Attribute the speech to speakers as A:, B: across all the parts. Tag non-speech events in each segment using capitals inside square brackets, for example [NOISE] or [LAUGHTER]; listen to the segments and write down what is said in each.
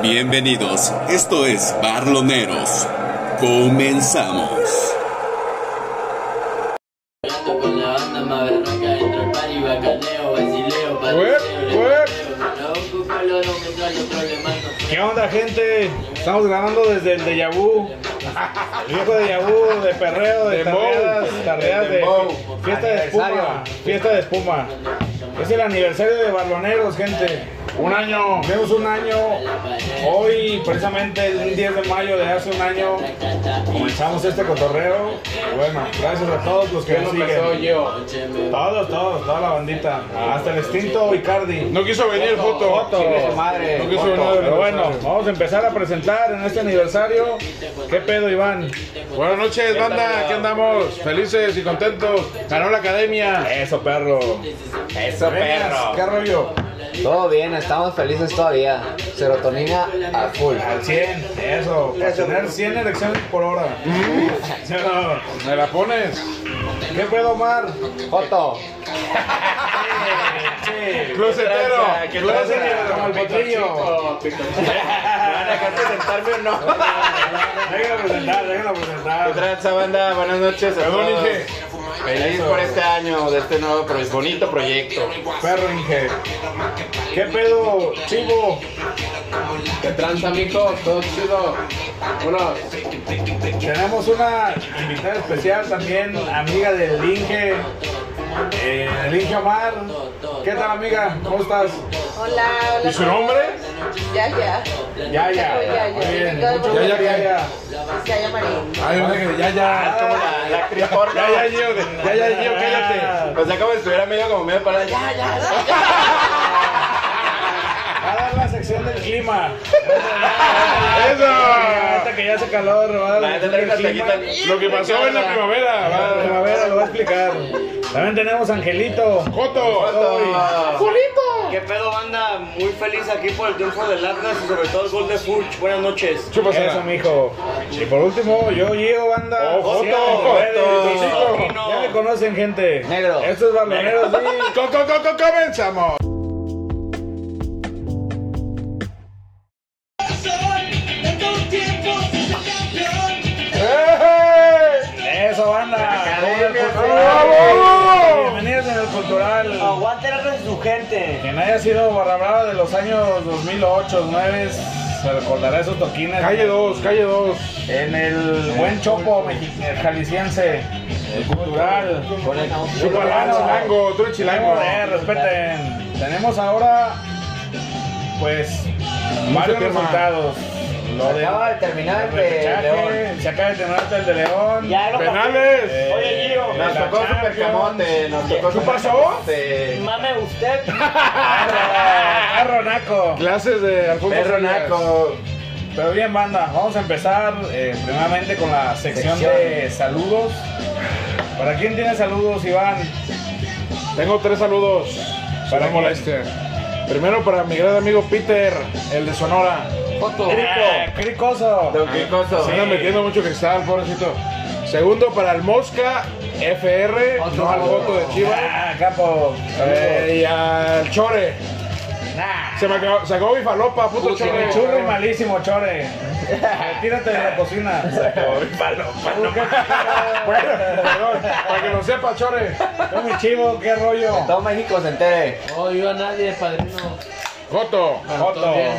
A: Bienvenidos, esto es Barloneros. Comenzamos.
B: Esto con la banda más berraca entre el pan y bacaneo, basileo,
C: Ué, ué.
B: La boca color aumentar los problemas
C: ¿Qué onda, gente? Estamos grabando desde el Deja Vu. El viejo Deja Vu de perreo, de tardeadas, tardeadas de fiesta de espuma. Fiesta de espuma. Es el aniversario de Barloneros, gente. Un año. Tenemos un año. Hoy, precisamente el 10 de mayo de hace un año, comenzamos este cotorreo. Bueno, gracias a todos los que nos siguen.
D: yo.
C: Todos, todos, toda la bandita. Hasta el extinto Icardi.
D: No quiso venir el foto.
C: Chingue su
D: madre. No quiso venir
C: Pero bueno, vamos a empezar a presentar en este aniversario. ¿Qué pedo, Iván?
D: Buenas noches, banda. Aquí andamos. Felices y contentos. Ganó la academia.
C: Eso, perro.
E: Eso,
C: ¿Qué
E: perro.
C: rollo?
E: Todo bien, estamos felices todavía. Serotonina a full.
C: Al 100, eso. Para tener 100 elecciones por hora. Sí, no.
D: ¿Me la pones?
C: ¿Qué pedo, Omar?
E: Joto.
C: Sí.
D: Closetero.
C: Como el potrillo.
F: ¿Van a dejar presentarme o no?
C: Déjenlo presentar, déjenlo presentar.
F: Tranza banda, buenas noches a
D: Perdón,
F: todos.
D: dije.
F: Feliz por este año de este nuevo pro- bonito proyecto.
C: Perro, Inge. ¿Qué pedo, chivo?
D: ¿Qué tranza, mijo? Todo chido. Bueno,
C: Tenemos una invitada especial también, amiga del Inge, eh, el Inge Omar. ¿Qué tal, amiga? ¿Cómo estás?
G: Hola, hola.
D: ¿y su nombre?
G: Ya, ya.
C: Ya, ya.
G: Ya, ya.
C: Muy bien.
G: Ya,
C: Mucho gusto,
D: ya,
C: ya,
D: ya.
C: ya.
G: Ya llamaré.
D: Ay, yo dije, ya, ya.
F: Como la, la criporna.
D: Ya, ya, Gio. Ya, ya, Gio, cállate.
F: O sea, como si estuviera medio como medio para ya, ya,
C: [LAUGHS]
F: ya.
C: Va a dar la sección del clima.
D: ¡Eso!
C: Ahorita que ya hace calor, va a dar
F: La
C: la
F: neta
C: sección
F: trae
C: del
F: una
C: clima.
F: taquita.
D: Lo que pasó en la primavera.
C: A
D: va.
C: ver, lo voy a explicar. También tenemos a Angelito.
D: Joto.
H: ¿Qué pedo, banda? Muy feliz aquí por el triunfo del Atlas y sobre todo el gol de Furch. Buenas noches.
C: Eso,
D: Chúpasela.
C: mijo. Y por último, yo, Gio, banda.
D: Ojo,
C: Síganme en
D: ojo,
C: redes,
D: ojo,
C: chicos.
H: chino.
C: Ya me conocen, gente.
E: Negro.
C: Estos baloneros, sí.
D: Co- co- co- co- Comenzamos.
C: Eso, banda.
F: Academia,
C: ¡Bravo! Bienvenidos en el cultural.
H: Ah, Aguante la con su gente.
C: Quien haya sido barra brava de los años 2008, 2009, se recordará esos toquines.
D: Calle 2, calle 2.
C: En el buen chopo mexi- jalisciense. El cultural.
D: Chúpala, chilango. Tú eres chilango.
C: Eh, respeten. Tenemos ahora, pues, varios
D: tema.
C: resultados. Lo
E: Se acaba de terminar el de
C: repechaje,
E: León.
C: Se acaba de terminar el de León.
H: Ya era
D: Penales.
H: Oye, Gio.
C: Eh,
F: Nos
C: la
F: tocó
C: Champions.
F: supercamote, nos tocó
D: ¿Qué pasó?
E: este,
F: supercamote.
H: Mame
C: [LAUGHS]
H: usted.
C: Ah, Ronaco.
D: Clases de Alfonso.
F: Perro
D: Sayas.
F: naco.
C: Pero bien, banda, vamos a empezar eh, primeramente con la sección,
E: Sección.
C: de saludos. ¿Para quién tiene saludos, Iván?
D: Tengo tres saludos. Para
C: ¿Para
D: no molestia. Primero para mi gran amigo Peter, el de Sonora.
F: Foto.
C: Ah, Cricoso.
F: Don Quicoso.
D: Se anda metiendo mucho cristal, pobrecito. Segundo para el Mosca, FR, no al voto de Chivas.
C: Ah, capo.
D: Eh, y al Chore.
C: Nah.
D: Se me acabó, se acabó mi falopa, puto Chore.
C: Churro y malísimo, chore. Eh, Tírate de la cocina.
D: Bueno, perdón, para que lo sepa, Chore.
C: Tú, mi chivo, qué rollo.
E: Todo México se entere.
F: No vio a nadie, padrino.
D: Joto.
C: Joto.
F: bien.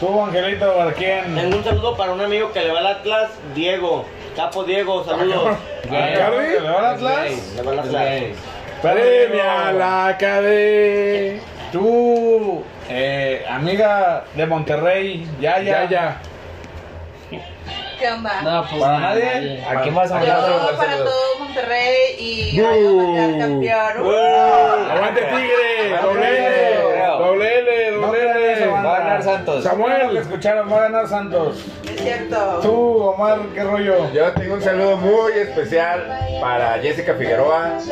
C: Tú, Angelito, ¿para quién?
H: Tengo un saludo para un amigo que le va al Atlas, Diego. Capo Diego, saludos.
C: Ah,
D: Cardi?
C: ¿Le va al Atlas?
E: Le van las leyes.
D: Premia la academia.
C: Tú, eh, amiga de Monterrey, ya, ya.
D: Ya, ya.
G: ¿Qué onda?
C: ¿Para nadie?
E: ¿A quién más
G: Yo
E: hablamos?
G: para todo Monterrey y vamos a quedar campeón.
D: Aguante Tigre. Doble L.
E: Creo.
D: Doble L.
C: No
D: Doble
C: crean eso,
D: L.
C: banda.
E: Va a ganar Santos.
C: Bueno, que
D: Samuel.
C: escucharon, va a ganar Santos.
G: Es cierto.
C: Tú, Omar, qué rollo.
F: Yo tengo un saludo muy especial para Jessica Figueroa.
D: ¿Eh?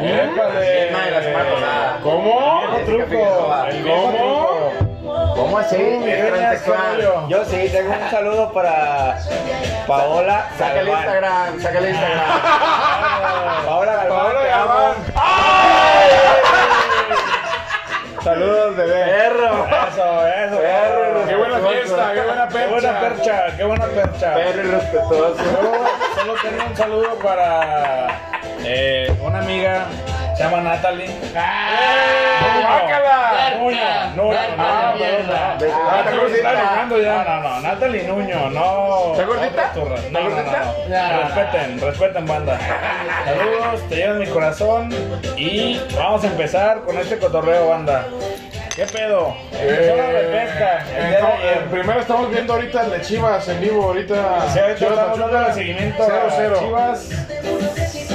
H: ¿Eh?
C: Épale.
F: Emma de la semana pasada.
D: ¿Cómo?
C: Viejo truco. el viejo
D: ¿Cómo?
C: truco.
E: ¿Cómo así?
C: Miguel,
F: Es transexual.
C: qué rollo.
E: Yo sí, tengo un saludo para Paola
F: Saca el
E: Galván.
F: Instagram, saca el Instagram.
E: [LAUGHS] Paola Galván,
D: Paola
E: te
D: Galván.
E: amo. Saludos, bebé.
C: Eso, eso.
F: Perro.
D: Qué fiesta, qué buena
C: Qué buena
D: percha.
C: percha, qué buena percha.
F: Perro irrespetuoso.
C: Yo solo tengo un saludo para eh, una amiga, se llama Natalie.
D: ¡Eh, guácala!
C: Nuño, Nuño,
B: Ah,
C: no, perdón,
B: mierda.
C: no.
F: Ah,
C: Ah,
F: está
C: Natalie
F: gordita.
C: está enojando ya. No, no, no, Natalie Nuño, no.
F: ¿Está gordita?
C: Otras turras. No, no, no,
F: gordita?
C: no. Respeten, respeten banda. Saludos, te llevas mi corazón y vamos a empezar con este cotorreo banda. ¿Qué pedo? Empezó la repesca el día de
D: Entonces,
C: ayer.
D: Eh, Primero estamos viendo ahorita el de Chivas en vivo, ahorita.
C: Sí, ahorita
D: Chivas
C: estamos dando el
D: Pachuca,
C: seguimiento a
D: 0-0.
C: Chivas.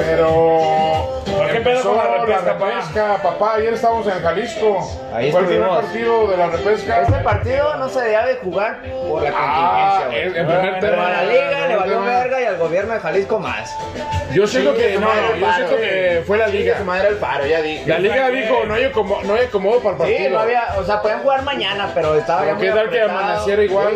D: Pero.
C: ¿Pero qué pedo con la repesca, pa?
D: repesca, papá? Ayer estábamos en Jalisco.
E: Ahí
D: Fue el primer
E: estuvimos.
D: partido de la repesca.
E: Este partido no se debía de jugar por la
D: Ah,
E: contingencia,
D: el,
E: güey.
D: el primer
E: Pero a
D: tema.
E: la
D: el
E: liga le
D: primer
E: valió
D: tema.
E: verga y al gobierno de Jalisco más.
D: Yo siento
E: Sí,
D: que.
E: su
D: No,
E: madre,
D: yo
E: paro,
D: siento que fue la
E: Liga.
D: liga.
E: Su madre el paro, ya dije.
D: La liga dijo:
C: eh.
D: no hay acomodo, no hay acomodo para el partido.
E: Sí, no había, o sea, podían jugar mañana, pero estaba ya
D: Pero
E: muy
D: qué tal que
E: apretado.
D: amaneciera igual.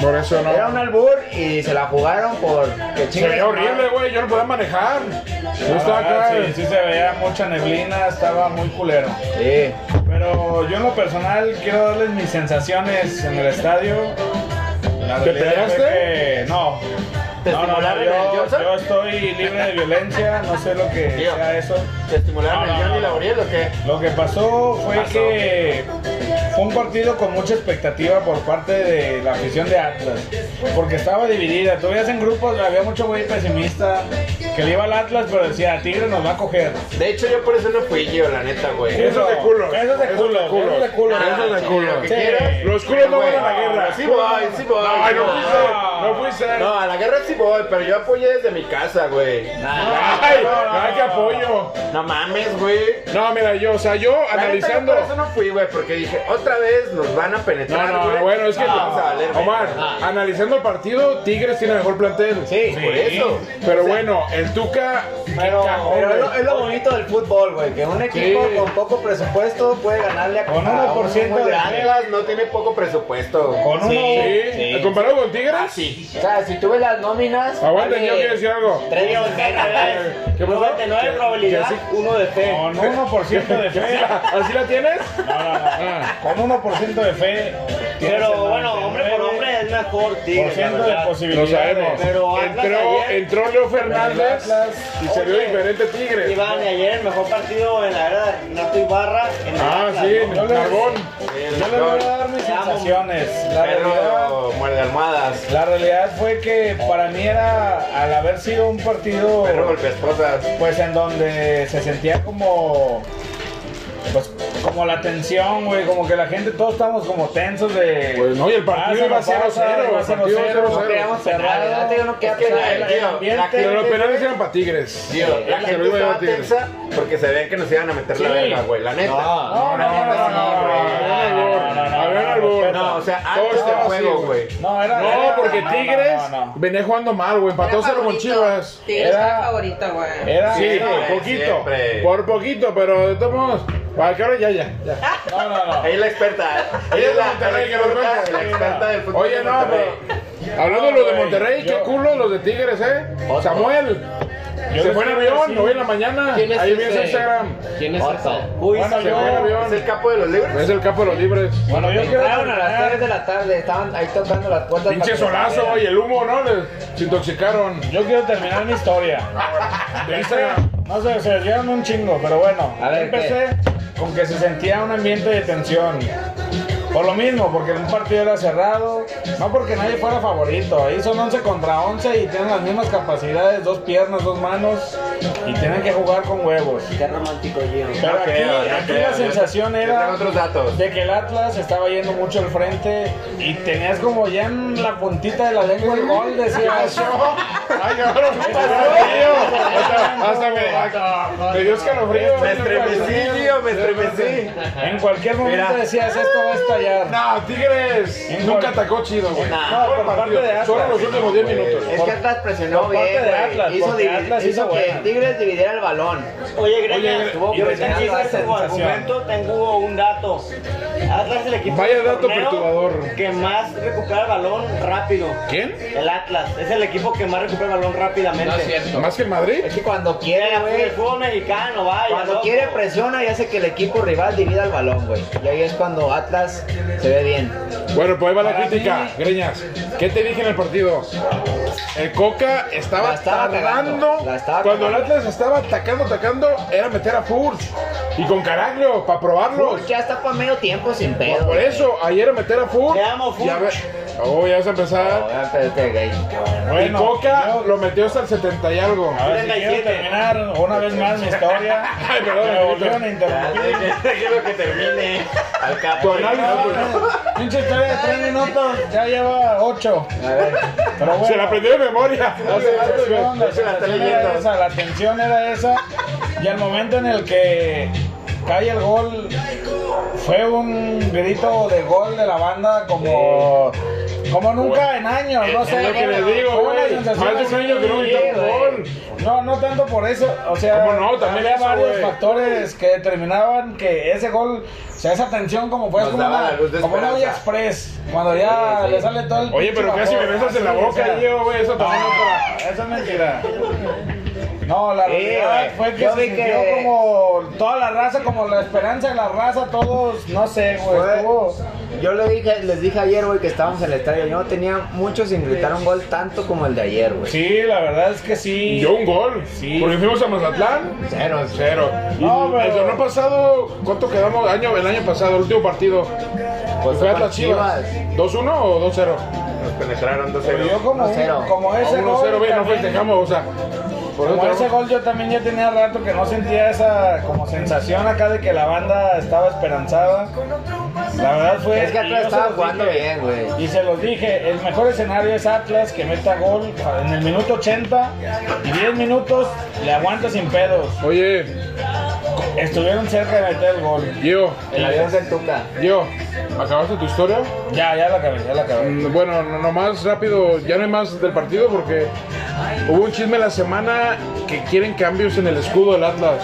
D: Por eso no.
E: Era un albur y se la jugaron por que
D: Se veía horrible,
E: güey.
D: güey. Yo no podía manejar. Yo
C: La
D: estaba
C: verdad,
D: acá.
C: Ah, Sí, sí se veía mucha neblina, estaba muy culero.
E: Sí.
C: Pero yo en lo personal quiero darles mis sensaciones en el estadio. La
D: ¿Te
C: realidad fue
D: peleaste?
C: que- No.
F: ¿Te
C: No, no, no,
F: estimularon el
C: yo,
F: Johnson?
C: yo estoy libre de violencia, no sé lo que
F: Tío.
C: sea eso.
F: ¿Te estimularon el Johnny Laboriel o qué?
C: Lo que pasó fue
F: Pasó.
C: que fue un partido con mucha expectativa por parte de la afición de Atlas, porque estaba dividida. Tú veías en grupos, había mucho güey pesimista que le iba al Atlas, pero decía, Tigre nos va a coger.
F: De hecho, yo por eso no fui yo, la neta, güey.
D: Eso es de culos.
C: Eso es de culo. Eso es de culo.
F: Ah,
D: Eso es de
F: sí,
D: culos.
F: lo que
C: Sí.
F: quieras.
D: Los culos no van a la guerra.
F: Sí voy, sí voy.
D: Ay, no
F: sí
D: fuiste.
F: voy.
D: No fuiste.
F: No, a la guerra sí voy, pero yo apoyé desde mi casa, güey.
D: Ay, ay, qué apoyo.
F: No mames, güey.
D: No, mira, yo, o sea, yo
F: La neta, yo
D: analizando.
F: Por eso no fui, güey, porque dije, otra vez nos van a
D: No,
F: penetrar.
D: no,
F: güey.
D: bueno, es que
F: Vamos a valer, güey.
D: Omar, analizando el partido, Tigres tiene mejor plantel.
E: Sí.
F: Por eso.
D: Pero bueno, el Tuca.
E: Pero,
D: qué cajón,
E: pero es, lo,
D: güey.
E: es lo bonito del fútbol, güey, que un equipo
D: Sí.
E: con poco presupuesto puede ganarle a
C: Con
E: a
C: 1%
E: muy
C: de
E: grande.
F: Chivas no tiene poco presupuesto.
C: Con uno.
D: Sí. ¿eh? Comparado con Tigres.
F: Sí.
E: O sea, si tú ves las nóminas.
D: Aguanten,
E: vale,
D: yo quiero decir algo.
E: Tres
D: ¿Qué pasó?
H: 99 probabilidad,
D: Que
H: 1 de fe.
C: Con 1% de fe.
D: ¿Así la tienes? Ah,
C: No, no, no. Con 1% de fe. tienes el
H: Pero bueno, hombre por
C: 99%
H: hombre es mejor,
C: Por
H: Tigres. la
C: ciento de
H: verdad.
D: Lo
C: posibilidades.
D: sabemos.
H: Pero Atlas
D: Entró,
H: ayer-
D: entró Leo Fernández y se vio
H: Oye,
D: diferente Tigres.
H: Iván, y ayer el mejor partido en la era de Nato Ibarra. En el
D: Ah,
H: Atlas,
D: sí,
H: ¿no?
C: Yo le-
D: Narbón.
C: Yo les voy a dar mis
H: Te amo.
C: sensaciones. La realidad,
F: Perro muerde almohadas.
C: la realidad fue que para mí era, al haber sido un partido,
F: Perro golpea esposas.
C: pues en donde se sentía como, pues como la tensión, güey, como que la gente, todos estábamos como tensos de...
D: Pues no, y el partido iba
C: pasa, no pasa,
D: 0-0,
C: iba
D: el partido
C: 0-0,
D: no queríamos
C: cerrado.
E: penales, antes yo no quería
C: Es que la-
E: penales.
C: el
F: Tío,
C: ambiente-
F: la
D: Pero los
F: gente-
D: penales eran para Tigres.
F: Tío, la
D: Se lo
F: gente
D: iba a
F: estaba
D: Tigres.
F: tensa porque se veían que nos iban a meter la
C: Sí.
F: verga, güey. La neta.
E: No,
C: No, no, no, no, no,
D: Había un albur,
C: no, no, no,
D: había un
C: no,
D: albur.
C: respeto.
F: No, o sea,
D: Todo
F: antes del
D: estaba así,
F: juego,
D: güey.
F: güey.
C: No, era-
D: No,
C: era-
D: porque
C: no, no,
D: Tigres
C: no, no.
D: venía jugando mal, güey. Empató 0 con Chivas.
G: Sí, era
C: Era-
G: el favorito, güey.
C: Era,
D: Sí,
C: era-
D: por
F: güey,
D: poquito.
F: siempre.
D: Por poquito, pero de todos modos. Para que ahora ya, ya. ya.
C: No, no, no.
F: Ella es la
D: [LAUGHS]
F: experta. Ella es la, la
D: Monterrey, que nos
F: experta,
D: cuenta.
F: la experta del fútbol.
D: Oye,
F: de
D: no,
F: Monterrey.
D: pero. Hablando de los de
C: güey,
D: Monterrey, qué
C: yo-
D: culo los de Tigres, ¿eh? Samuel.
C: Yo
D: Se
C: les
D: fue en
C: quiero
D: avión,
C: decir-
D: hoy en la mañana.
E: ¿Quién es
D: Ahí vi en su
E: ese?
D: Instagram.
E: ¿Quién es ese?
C: Bueno,
D: Se fue en
C: yo,
F: ¿Es el
D: avión.
F: capo de los libres?
D: Es el capo de los libres.
C: bueno, yo quiero
E: Entraron a las
C: terminar-
E: 3 de la tarde, estaban ahí tocando las puertas.
D: Pinche solazo y el humo, ¿no? Les- Se intoxicaron.
C: Yo quiero terminar mi
F: [LAUGHS]
C: historia.
D: De Instagram.
C: No sé, se desviaron un chingo, pero bueno.
E: A ver,
C: yo empecé con que se sentía un ambiente de tensión. Por lo mismo, porque un partido era cerrado, no porque nadie fuera favorito. Ahí son 11 contra 11 y tienen las mismas capacidades, dos piernas, dos manos, y tienen que jugar con huevos.
E: Qué romántico, Gio.
C: Pero
F: No
C: aquí,
F: creo, no
C: aquí
F: creo.
C: la
F: Yo-
C: sensación
F: yo
C: era
F: tengo otros datos.
C: de que el Atlas estaba yendo mucho al frente y tenías como ya en la puntita de la lengua el gol,
F: [LAUGHS]
C: decías.
D: Ay, cabrón, me escalofrío. Hasta, hasta me, me dio escalofrío.
F: Me estremecí, tío, me estremecí.
C: En cualquier momento
F: Mira.
C: decías, esto va a estallar.
D: No, Tigres
C: En
D: nunca
C: gol.
D: atacó chido, güey.
C: No,
D: Todo el
C: por parte
D: partido,
C: de Atlas. Pues,
D: Solo los últimos 10 minutos.
E: Es que Atlas presionó
C: Por parte
E: bien,
C: de
E: güey.
C: Atlas,
E: hizo,
C: porque
E: divi-
C: Atlas hizo
E: hizo que
C: buena.
E: Tigres dividiera el balón.
H: Oye, Greña,
D: Oye,
H: yo ahorita
E: Greña,
H: aquí
E: la
H: como
E: sensación.
H: argumento tengo un dato. Atlas es el equipo
D: Vaya
H: del
D: dato
H: torneo
D: perturbador.
H: que más recupera el balón rápido.
D: ¿Quién?
H: El Atlas es el equipo que más recupera el balón rápidamente.
E: No es cierto.
D: ¿Más que el Madrid?
I: Es que cuando
H: En
I: quiere,
H: el- en
I: güey.
H: el fútbol mexicano, vaya.
I: Cuando
H: loco.
I: quiere [LAUGHS] presiona y hace que el equipo rival divida el balón, güey. Y ahí es cuando Atlas se ve bien.
D: Bueno, pues ahí va la
C: Para
D: crítica,
C: mí-
D: Greñas. ¿Qué te dije en el partido? El Coca estaba,
I: La estaba
D: tardando.
I: cagando, la estaba
D: cuando el
I: cagando.
D: Atlas estaba atacando, atacando, era meter a Furch. Y con Caraglio, para probarlo.
I: Furch ya está para medio tiempo sin pedo.
D: Por eso, ayer era meter a Furch.
H: Te amo, Furch.
D: Ya ve- Oh, ya vas a empezar.
I: No, pero este gay.
D: el
C: Bueno,
D: Coca
C: yo-
D: lo metió hasta el 70 y algo.
C: A ver, si quiero
H: 37.
C: terminar una vez más mi historia.
D: [LAUGHS] Ay, perdón,
C: Me volvieron a
F: Ya,
C: interrumpir.
F: ya, Quiero que termine. Al
D: Tu
F: capo.
D: análisis,
C: Pinche historia de tres minutos, ya lleva ocho. Pero bueno.
D: Se la aprendió de memoria.
C: No sé, la tensión, la
F: No se la está
C: tensión era
F: leyendo.
C: esa, la tensión era esa. Y al momento en el que cae el gol, fue un grito de gol de la banda como. Como nunca en años, no sé.
D: Es lo que les digo,
C: Fue una
D: güey.
C: sensación
D: Más de un
C: así.
D: año que no gritó un gol.
C: No, no tanto por eso, o sea,
D: ¿Cómo no? También
C: había
D: eso,
C: varios
D: güey.
C: factores que determinaban que ese gol, o sea, esa tensión como fue
F: Nos
C: como,
F: daba
C: una,
F: la luz de
C: como una olla
F: esperanza.
C: express, cuando ya le sale todo el
D: Oye, pero
C: pinche
D: casi me
C: vapor.
D: besas en la
C: Así, o
D: boca,
C: sea,
D: Diego, güey. Eso también es para.
C: Ah, Eso es mentira. No, la
I: Sí,
C: realidad
I: güey.
C: fue que
I: Yo
C: se
I: vi
C: sintió
I: que-
C: como toda la raza, como la esperanza de la raza, todos, no sé, güey.
I: Fue-
C: estuvo-
I: Yo le dije, les dije ayer, güey, que estábamos en el estadio. Yo no tenía mucho sin gritar un gol tanto como el de ayer, güey.
C: Sí, la verdad es que sí.
D: Yo un gol. Porque fuimos a Mazatlán.
I: Cero,
D: Cero. Y
C: No, pero-
D: El torneo pasado, ¿cuánto quedamos? Año, el año pasado, el último partido.
I: Pues
D: fue
I: fue
D: Atlas Chivas.
I: Chivas.
D: ¿2-1 o 2-0?
F: Nos penetraron dos
C: Pero yo como, un-
I: Cero.
C: como
D: Ah,
C: ese
D: 1-0,
C: gol.
D: güey, no
C: también-
D: festejamos, o sea. Por eso
C: Como ese
D: tenemos-
C: gol yo también ya tenía rato que no sentía esa como sensación acá de que la banda estaba esperanzada. La verdad fue...
I: Es que Atlas
C: y yo se
I: estaba
C: los
I: jugando
C: dije,
I: bien, güey.
C: Y se los dije, el mejor escenario es Atlas que meta gol en el minuto 80 y 10 minutos le aguanta sin pedos.
D: Oye,
C: Estuvieron cerca de meter el gol.
D: yo,
I: El avión del Tuca.
D: yo, ¿acabaste tu historia?
C: Ya, ya la acabé, ya la acabé.
D: Mm, Bueno, no- nomás rápido, ya no hay más del partido porque hubo un chisme la semana que quieren cambios en el escudo del Atlas.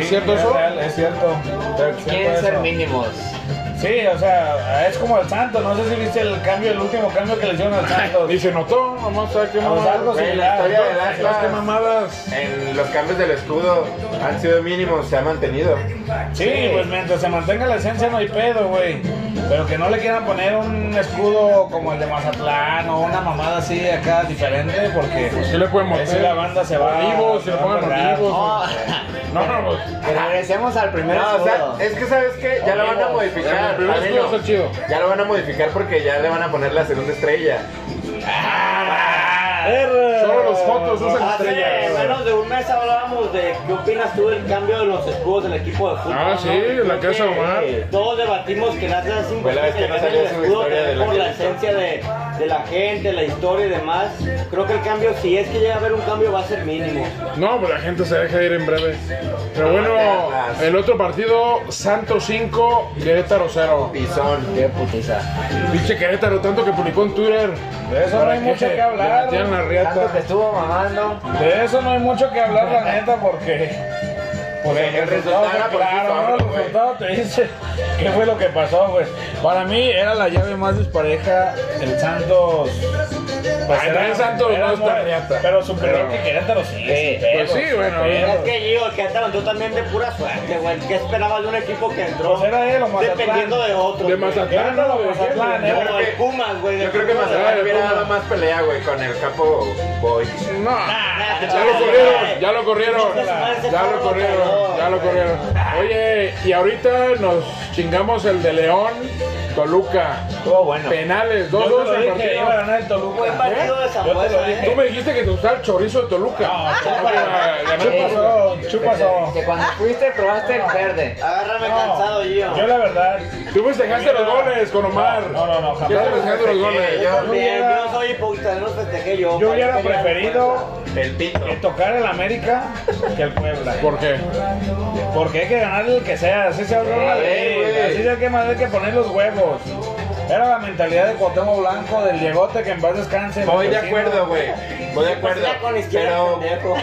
D: ¿Es cierto
C: es
D: eso?
C: real, es cierto.
I: Quieren
C: Cierto
I: ser
C: eso.
I: mínimos.
C: Sí, o sea, es como el Santo. No sé si viste el cambio, el último cambio que le hicieron al Santos.
D: Y se notó, nomás, ¿sabes qué
C: Vamos, algo
D: mamadas?
F: Güey,
C: similar.
F: la historia del
D: ¿Sabes qué
F: Atlas.
D: mamadas?
F: En los cambios del escudo han sido mínimos, se ha mantenido.
C: Sí, pues mientras se mantenga la esencia no hay pedo, güey. Pero que no le quieran poner un escudo como el de Mazatlán o una mamada así acá diferente porque
D: ¿Qué le podemos
C: Esa la banda se va-
D: Olivos, se
C: se
D: le
C: va
D: ponen
C: a perder.
D: olivos. No,
I: No,
D: no, pues.
I: pero regresemos al primer
F: No, o
I: escudo.
F: sea, es que sabes que ya lo van a
D: El
F: modificar.
D: primer
F: a mí
D: escudo
F: no.
D: está chido.
F: Ya lo van a modificar porque ya le van a poner la segunda estrella.
D: Solo los fotos usan
C: Ah,
H: Hace
D: estrellas.
H: menos de un mes hablábamos de qué opinas tú del cambio de los escudos del equipo de fútbol.
D: Ah, sí,
H: Creo
D: la casa
H: que,
D: Omar.
H: eh, Todos debatimos que el Atlas es
F: Fue la
H: imposible
F: vez
H: que le
F: que no
H: cambie el
F: salió su
H: escudo
F: historia
H: que
F: de
H: es
F: la
H: por la
F: gente.
H: esencia de, de la gente, la historia y demás. Creo que el cambio, si es que llega a haber un cambio, va a ser mínimo.
D: No, pues la gente se deja ir en breve. Pero bueno, el otro partido, Santos 5, Querétaro 0.
F: Pisón.
I: Qué putiza.
D: Pinche Querétaro, tanto que publicó en Twitter.
C: De eso no
D: Para
C: hay mucho
D: se-
C: que
D: le
C: hablar.
D: metieran la
I: Tanto que
D: riata.
I: estuvo mamando.
C: De eso no hay mucho que hablar, la neta, porque. Porque el resultado
F: resultado
C: fue
F: por sí
C: claro, ¿no?
F: solo,
C: El
F: güey.
C: resultado te dice qué fue lo que pasó, güey. Para mí era la llave más dispareja. El Santos. pues,
D: Ay, el Santos no es
C: muy-
D: tan riata.
C: Pero superior
D: Pero-
C: que Querétaro sí.
I: Sí,
D: pues sí, bueno,
H: Es que Gio, que Atlanta tú también de pura suerte, güey. ¿Qué esperabas de un equipo que entró?
C: Pues era él o Mazatlán.
H: Dependiendo de otro.
D: De
H: güey.
D: Mazatlán,
C: Era
D: ¿no?
C: lo de Mazatlán,
D: Yo
C: era
D: creo
H: Como el
D: que-
H: Pumas, güey.
F: Yo creo que Mazatlán hubiera dado más pelea, güey, con el capo Boy.
D: No, ya lo corrieron, ya lo corrieron, ya lo corrieron, ya lo corrieron. Oye, y ahorita nos chingamos el de León, Toluca.
I: Estuvo bueno.
D: Penales,
C: Yo te
D: 2-2
C: lo
D: el
C: dije, iba a
D: partido.
C: ganar el Toluca.
H: Buen partido de ¿eh?
C: Yo te lo
H: Zambuesa,
C: dije.
D: Tú me dijiste que te gustaba el chorizo de Toluca. [LAUGHS]
C: Chupazo, chupazo.
I: Que cuando fuiste probaste el verde.
H: Agárrame
C: No,
H: cansado, Gio.
C: Yo la verdad.
D: Tú festejaste los goles con Omar.
C: No, no, no,
D: ¿Qué te
C: jamás.
D: festejaste los
F: Eh,
D: goles?
H: Yo también, yo no soy hipócrita, no los festejé yo.
C: Yo hubiera
H: Para que
C: preferido
F: El pito.
C: que tocar el América que el Puebla.
D: ¿Por qué?
C: Porque hay que ganar el que sea, así sea el Real Madrid,
F: güey.
C: así sea el que más hay que poner los huevos. Era la mentalidad de Cuauhtémoc Blanco, del Diegote, que en paz descanse.
F: Voy de
C: vecino.
F: acuerdo, güey. Voy de acuerdo.
H: Pues, con izquierda,
F: Pero [LAUGHS]
H: pendejo.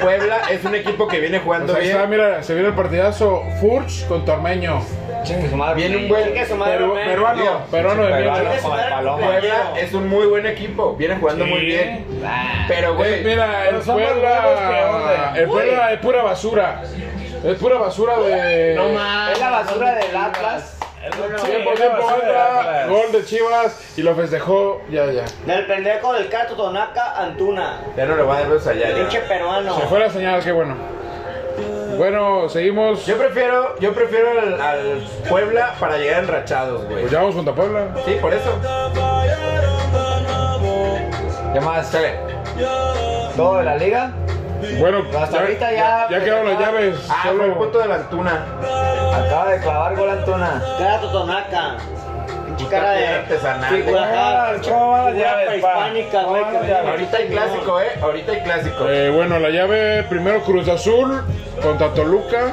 F: Puebla es un equipo que viene
D: Pues
F: jugando
D: ahí está,
F: bien.
D: mira, se viene el partidazo Furch con Tormeño.
I: Chingue su madre.
F: Viene un buen
H: Chingue su madre,
F: peru-
H: Romero.
F: peruano.
D: Digo, peruano de
F: Peruano,
D: mierda.
F: con
H: Chingue su
F: Paloma.
H: madre,
F: Puebla
H: Romero.
F: es un muy buen equipo. Viene jugando
D: Sí.
F: muy bien.
H: Ah.
F: Pero,
D: Güey,
F: güey.
D: mira, el
C: pero son más huevos que
D: Puebla,
C: orden.
D: el Puebla es pura basura. Es pura basura de.
H: No mames.
I: Es la basura del Atlas.
D: Tiempo, tiempo, banda, Gol de Chivas y lo festejó. Ya, ya.
H: Del pendejo del Cato Tonaca Antuna.
F: Ya no le voy a dar besos allá.
H: Pinche peruano.
D: Se fue la señal, qué bueno. Bueno, seguimos.
F: Yo prefiero, yo prefiero al, al Puebla para llegar enrachados, güey.
D: Pues ya vamos contra Puebla.
F: Sí, por eso.
I: ¿Qué más? Todo de la liga.
D: Bueno,
I: Hasta ahorita ya-
D: Ya quedaron las llaves.
F: Ah,
D: solo-
F: fue el punto de la Antuna.
I: Acaba de clavar gol Antuna.
H: Cato Tonaca. Pinche cara de.
F: Artesanal. eh.
H: Figura acá.
C: ¿Cómo van las
H: Figura
C: llaves, pa?
H: prehispánica,
C: ¿Cómo
H: güey,
C: van
H: que
C: las llaves?
F: Ahorita hay clásico, eh. Ahorita hay clásico.
D: Eh, bueno, la llave primero Cruz Azul contra Toluca,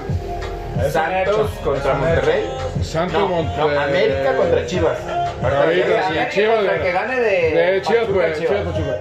F: Santos contra Monterrey.
D: Santos
F: No,
D: Monterrey.
F: no, América contra Chivas. Ahorita
D: Ahorita
F: llega
D: sí,
F: América.
D: Chivas,
I: contra el
D: güey.
I: que gane de.
D: Eh, Chivas,
I: Pachuca,
D: pues, Chivas, Pachuca.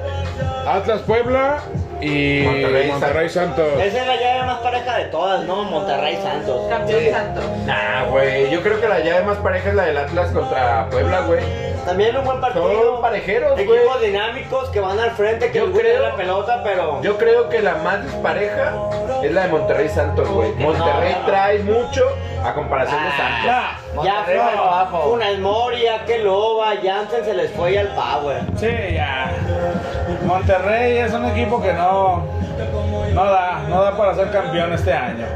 D: Atlas Puebla y
F: Monterrey,
D: Monterrey, Santos.
H: Esa es la llave más pareja de todas, ¿no? Monterrey Santos.
G: Campeón santo.
F: Nah, güey. Yo creo que la llave más pareja es la del Atlas contra Puebla, güey.
H: También un buen partido.
F: Son parejeros,
H: Equipos
F: güey.
H: dinámicos que van al frente, que
F: Yo
H: les gusta
F: creo-
H: la pelota, pero.
F: Yo creo que la más pareja es la de Monterrey Santos, güey. Monterrey
H: no.
F: trae mucho a comparación de Santos.
H: Ah, ya
I: Monterrey
H: fue
I: para abajo.
H: Funes Mori, que loba, Jansen se les fue y al Power.
C: Sí, ya. Monterrey es un equipo que no, no da, no da para ser campeón este año.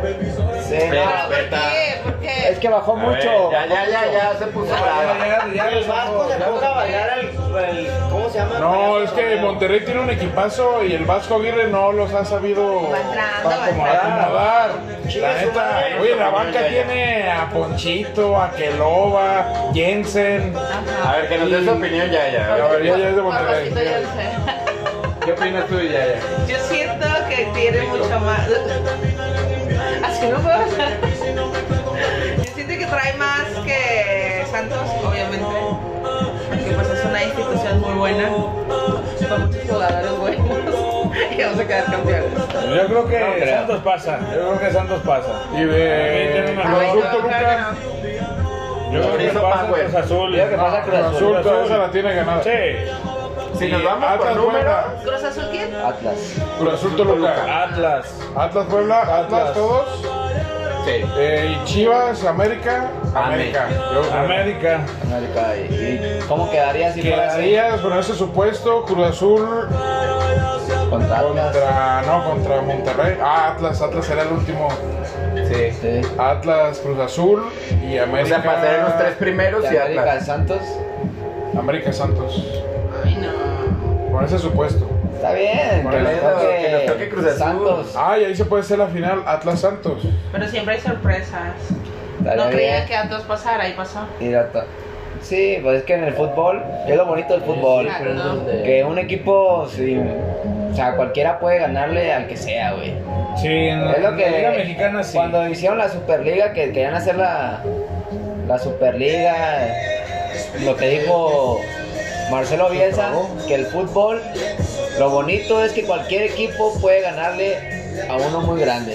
I: Sí,
F: Espera,
G: Ah, ¿Por
F: espera.
G: qué? ¿Por qué?
I: Es que
F: A
I: bajó
F: ver,
I: mucho.
F: Ya, ya, ya, ya se puso brava.
C: Ya, ya, ya,
H: el Vasco se
C: ya,
H: puso a bailar al. el- ¿Cómo se llama?
D: No,
H: Payaso
D: es que
H: Romero.
D: Monterrey tiene un equipazo y el Vasco Aguirre no los ha sabido
G: Va entrando, va entrando.
D: acomodar.
H: Chinga
D: La
H: su
D: neta,
H: madre.
D: oye, la banca tiene a Ponchito, a Keloba, Jensen.
G: Ajá.
F: A ver, que nos dé su opinión, ya, ya.
D: La mayoría ya es de
G: Papacito, yo
D: Monterrey.
G: lo sé.
F: ¿Qué opinas tú, ya, ya?
G: Yo siento que tiene mucho más. Así no puedo hablar. Yo siento que trae más que Santos, obviamente. Porque pues es una institución muy buena. Con muchos jugadores buenos. [LAUGHS] Y vamos a quedar campeones.
C: Yo creo que Santos pasa. Yo creo que Santos pasa.
D: Y de
C: Ay, no,
D: Cruz
G: Ay,
D: Azul,
G: no,
D: Toluca.
G: no, no.
C: Yo creo que
F: Eso
C: pasa
F: pasa, güey.
C: Cruz Azul.
I: Yo creo que pasa Cruz
D: Cruz Azul,
C: Cruz
D: toda esa
C: Azul.
D: la tiene ganada.
C: Sí.
F: Si
D: Y
F: nos vamos por
D: Atlas
F: número,
D: Puebla,
G: ¿Cruz Azul quién?
I: Atlas.
D: Cruz Azul Toluca.
C: Atlas.
D: Atlas Puebla, Atlas
C: Atlas.
D: todos.
F: sí.
D: Eh, y Chivas, América,
F: América.
D: Yo-
C: América.
I: América. ¿Y, y cómo quedaría si fuera así?
D: Quedarías con ese supuesto Cruz Azul
I: Contra Atlas.
D: contra no contra Monterrey. Ah, Atlas, Atlas era el último.
F: Sí.
I: Sí.
D: Atlas, Cruz Azul y
F: O
D: América.
F: sea, pasaré los tres primeros y
I: Y América de
F: Atlas.
I: Santos.
D: América Santos.
G: Ay, no.
D: Con ese supuesto.
I: Está bien.
D: Por eso,
F: que nos toque Cruz Azul.
I: Santos.
D: Ah, y ahí se puede hacer la final Atlas Santos.
G: Pero siempre hay sorpresas.
I: Estaría
G: No creía
I: bien.
G: que Atlas pasara y pasó.
I: Y la to- Sí, pues es que en el fútbol, es lo bonito del fútbol.
G: Claro.
I: Que un equipo, sí, o sea, cualquiera puede ganarle al que sea, güey.
C: Sí, en
I: Es lo que.
C: en la Liga Mexicana sí.
I: Cuando hicieron la Superliga, que querían hacer la, la Superliga, lo que dijo Marcelo Bielsa, que el fútbol, lo bonito es que cualquier equipo puede ganarle a uno muy grande.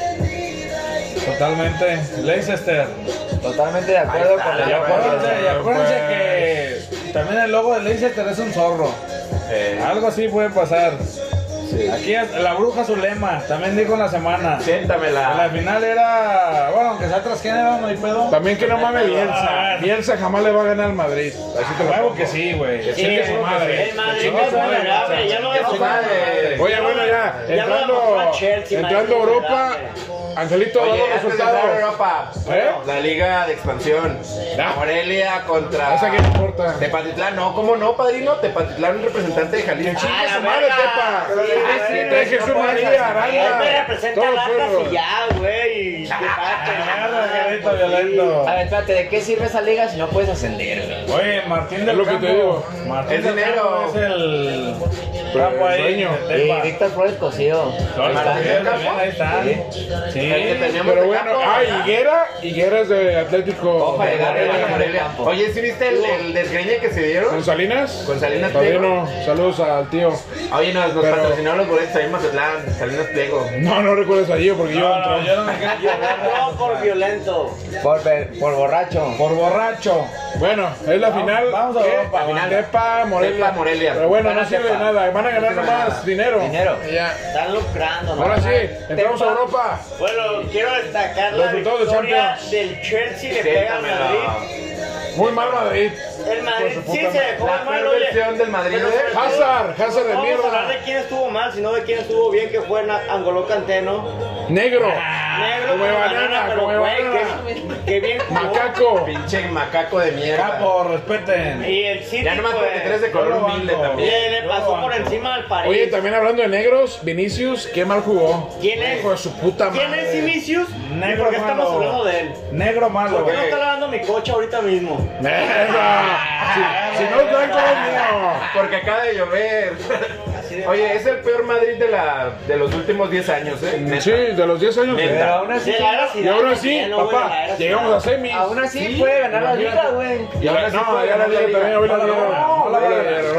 C: Totalmente. Leicester.
I: Totalmente de acuerdo
F: está,
I: con
F: ya
C: Y acuérdense, y
D: pues.
C: acuérdense que también el logo de Leicester es un zorro.
F: Eh,
C: Algo así puede pasar.
F: sí.
C: Aquí hasta la bruja Zulema, también dijo en la semana. En la
F: Siéntamela.
C: final era. Bueno, aunque sea transgénero, no hay pedo.
D: También que no mames Bielsa.
C: Ah.
D: Bielsa jamás le va a ganar al Madrid. Así te lo
C: Claro
D: pongo.
C: que sí, güey.
D: Sí,
C: Chingue su
D: sí.
C: madre.
H: El Madrid
C: Chingue
H: es
C: su madre,
H: vulnerable,
C: Bielsa.
H: ya no es
F: Su madre.
D: Oye, bueno, ya.
H: Ya hablamos
D: Entrando,
H: con Chelsea,
D: entrando a
H: Madrid,
D: Europa, Angelito, dando
F: Oye, antes de entrar a
D: resultados.
F: Europa,
D: ¿Eh?
F: la Liga de Expansión.
D: Ah.
F: Morelia contra.
D: Esa que no importa.
F: Tepatitlán, no, ¿cómo no, padrino? Tepatitlán, un representante de Jalisco.
H: Ah,
D: Chingue
H: la
D: su madre,
H: verga.
D: Tepa.
H: Sí,
D: Ah,
H: sí,
D: sí,
H: sí,
D: de
F: sí,
D: Jesús
F: no
D: María,
F: puedes,
H: Él me
D: Aranda.
H: representa
D: Todos
H: al Atlas
D: fueron.
H: y ya, güey. y que pase,
C: Mierda,
H: nada,
C: violento,
H: pues, sí.
C: violento.
I: A ver, espérate, ¿de qué sirve esa liga si no puedes ascender, güey?
C: Oye, Martín del
D: Es lo que
C: Campo.
D: te digo.
C: Martín
F: Es
C: del
F: dinero.
C: Campo Es el. Capo ahí.
D: Sueño.
C: de
I: Y
C: Tepa.
I: Eh, Víctor Flores cocido.
C: Son
I: Ahí está.
C: Martín del Campo. Ahí están. Sí,
F: que teníamos
D: pero
F: de
D: bueno,
F: campo,
D: ah,
F: ¿verdad?
D: Higuera, Higuera es de Atlético.
I: Ojo,
D: de
I: Higuera,
D: Morelia.
I: Higuera, Morelia.
F: Oye, ¿sí viste el, el desgreñe que se dieron?
D: ¿Con Salinas?
F: Con Salinas
D: Todavía
F: Pliego.
D: no. Saludos al tío.
F: Oye, nos, nos
D: Pues, Pero-
F: patrocinaron los boletos ahí en Mazatlán, Salinas Pliego.
D: No, no recuerdes allí porque yo
C: No, no,
D: entré.
C: yo no me quiero
H: No, por violento.
I: Por, ver- por borracho.
C: Por borracho.
D: Bueno, es la final.
C: vamos a
D: ¿Qué?
C: Europa.
F: Final.
D: Tepa, Morelia.
F: Tepa, Morelia.
D: Pero bueno, no
I: Gana
D: sirve de
I: Tepa.
D: nada. Van a ganar
F: No sirve
D: nomás
F: nada.
D: dinero.
I: Dinero.
D: Y ya.
H: Están lucrando, ¿no?
D: Ahora sí, entramos a Europa.
H: Bueno, quiero destacar la
D: Los resultados de
H: victoria
D: Champions.
H: del Chelsea le
F: Sí,
H: pega al
F: también la-
H: Madrid.
D: Muy mal Madrid.
H: El Madrid
D: Por su
H: sí
D: puta
H: se
D: madre.
H: dejó
F: La
H: mal,
F: peor
H: oye.
F: versión del Madrid,
H: Pero sobre
F: ¿eh?
H: todo-
D: Hazard, Hazard de
H: no vamos a
D: mierda.
H: hablar de quién estuvo mal, sino de quién estuvo bien, que fue Na- Angolo Canteno.
D: Negro.
H: Negro
D: Come
H: Ah, como
D: Ah, banana,
H: banana, pero
D: come
H: güey,
D: banana.
H: qué, qué bien jugó.
D: Macaco.
F: Pinche macaco de mierda.
C: Capo, respeten.
H: Y el City,
F: Ya nomás
H: pues,
F: porque eres de color
C: Yo lo
F: humilde
C: banco.
F: también.
H: le, le pasó por encima al París.
D: Oye, también hablando de negros, Vinicius, qué mal jugó.
H: ¿Quién es?
D: Hijo de su puta
H: ¿Quién
D: madre.
H: es Vinicius? ¿Y
C: Negro
H: por qué estamos
C: malo.
H: hablando de él?
C: Negro malo.
H: ¿Por qué no está lavando mi coche ahorita mismo?
D: ¡Esa! Si, si no es blanco, es mío.
F: Porque acaba de llover. Oye, es el peor Madrid de, la, de los últimos 10 años, ¿eh? Neta.
D: Sí, de los 10 años.
F: Neta.
I: Pero aún así,
H: De la era
D: Y
H: Zidane,
D: ahora sí,
H: ya no, güey, de la
D: papá,
H: era
D: llegamos
H: Zidane.
D: a semis.
I: aún así puede ganar la liga, güey.
D: Y ahora no, ya la liga también, hoy la liga.
C: No, no, no,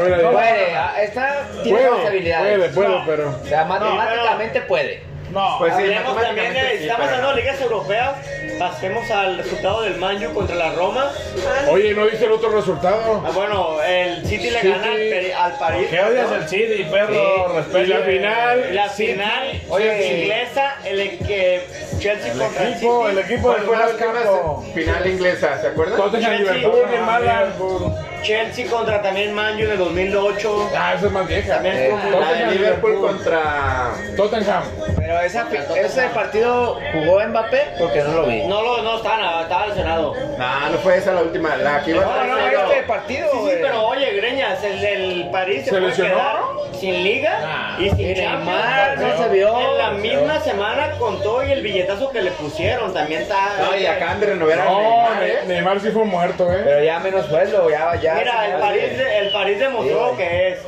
D: Hoy la liga.
I: Puede, ah, está, tiene
D: Puede,
I: posibilidades.
D: puede, puede, pero...
I: O sea, matemáticamente puede.
C: No.
F: Pues sí,
H: Hablemos también de-
F: matemáticamente sí, pero
H: estamos hablando
F: no.
H: de ligas europeas, pasemos al resultado del Manju contra la Roma.
D: Oye, ¿no viste el otro resultado?
H: Ah, Bueno, el City le
D: City.
H: gana al, Peri- al París.
C: Que odias el City, perro.
D: Y la final...
H: La final
I: Oye.
H: inglesa, el que Chelsea contra el
C: Equipo, el
H: City.
C: equipo
F: ¿Cuál
C: del
F: fue la
C: juego
F: última se- final inglesa? ¿Se acuerdan?
D: Tottenham
H: Chelsea.
D: Liverpool, bien mala.
H: Chelsea contra también Manju en el 2008.
D: Ah, esa es más vieja.
H: También estuvo muy
F: La de
H: mal.
F: Liverpool contra...
D: Tottenham.
I: Pero esa- ese partido jugó Mbappé porque no lo vi.
H: No, lo, no estaba, estaba lesionado.
F: No, no fue esa la última. La que iba
H: No, no,
F: tercero.
H: este
I: partido,
H: Sí, sí, pero oye, Greñas, el, el París se,
D: ¿Se
H: puede
D: lesionó?
H: quedar sin liga y sin
I: y
H: Champions.
F: Ah,
I: Neymar no se vio.
H: En la misma semana con todo y el billetazo que le pusieron también está.
F: No, y acaban de renovar a
D: No,
F: Neymar,
D: Ne-
F: ¿eh?
D: Neymar sí fue muerto, ¿eh?
I: Pero ya menos sueldo, ya, ya.
H: Mira, el París, de- el París demostró
I: Sí, güey.
H: que es.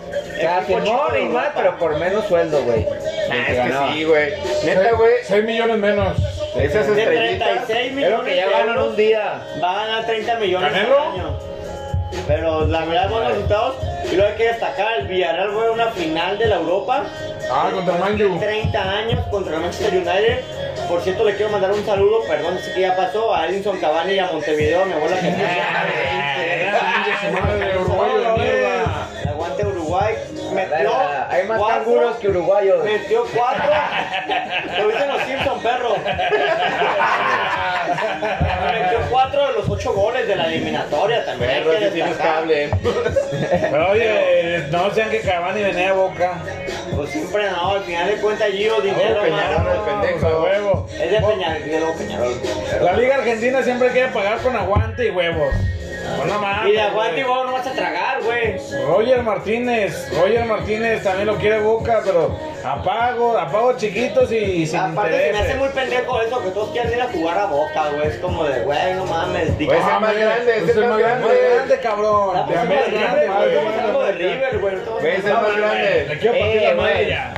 I: Ya
H: equipo
I: firmó
H: chico de
I: Neymar,
H: Europa.
I: pero por menos sueldo, güey.
F: Ah,
I: del
F: es que
I: ganaba.
F: sí, güey. Neta, Este güey.
D: 6 millones menos.
F: Esas
H: De
F: estrellitas.
H: 36
I: Es
H: millones
I: lo que ya
H: de
I: ganan
H: euros,
I: un día.
H: Va a ganar 30 millones al
D: ¿Canelo?
H: año. Pero la verdad, buenos resultados. Y luego hay que destacar: el Villarreal fue una final de la Europa.
D: Ah, contra Manju.
H: 30 años contra Manchester United. Por cierto, le quiero mandar un saludo, perdón, sé que ya pasó, a Edinson Cavani y a Montevideo, mi
I: [LAUGHS]
H: abuela que
D: Madre, uruguayo de mierda.
H: Aguante Uruguay. Metió
I: Verga, Hay más
H: cuatro,
I: canguros que uruguayos. [LAUGHS]
H: Metió cuatro. Lo viste en los Simpson, perro. Metió cuatro de los ocho goles de la eliminatoria también. hay
F: Perro,
H: que
F: si tienes
H: destacar.
F: cable.
C: Pero oye, no sean que Cavani venía a boca.
H: Pues siempre no, al final de cuentas
I: Oh,
H: Gio, dinero,
F: Peñarol,
H: mano.
F: el pendejo.
C: A huevo.
H: Es de Peñarol, de luego Peñarol.
C: La Liga Argentina siempre quiere pagar con aguante y huevos. Con la mano.
H: Y de aguante y vos no vas a tragar, güey.
C: Roger Martínez, Roger Martínez también lo quiere Boca, pero apago, apago chiquitos y sin
H: Aparte se me hace
C: intereses.
H: muy pendejo eso que todos quieran ir a jugar a Boca, güey. Es como de, güey, no mames. di-
F: Pues es
H: Ah,
F: el más grande, es
D: es el
F: el más
D: más
C: Muy
F: grande.
C: grande, cabrón.
H: pues,
D: de
H: somos
D: América,
H: River,
D: madre.
H: güey, somos algo de River, güey. somos-
F: Güey, es el más
C: Le
F: grande.
C: quiero partir
I: Eh,
C: la madre
I: güey.
C: ya.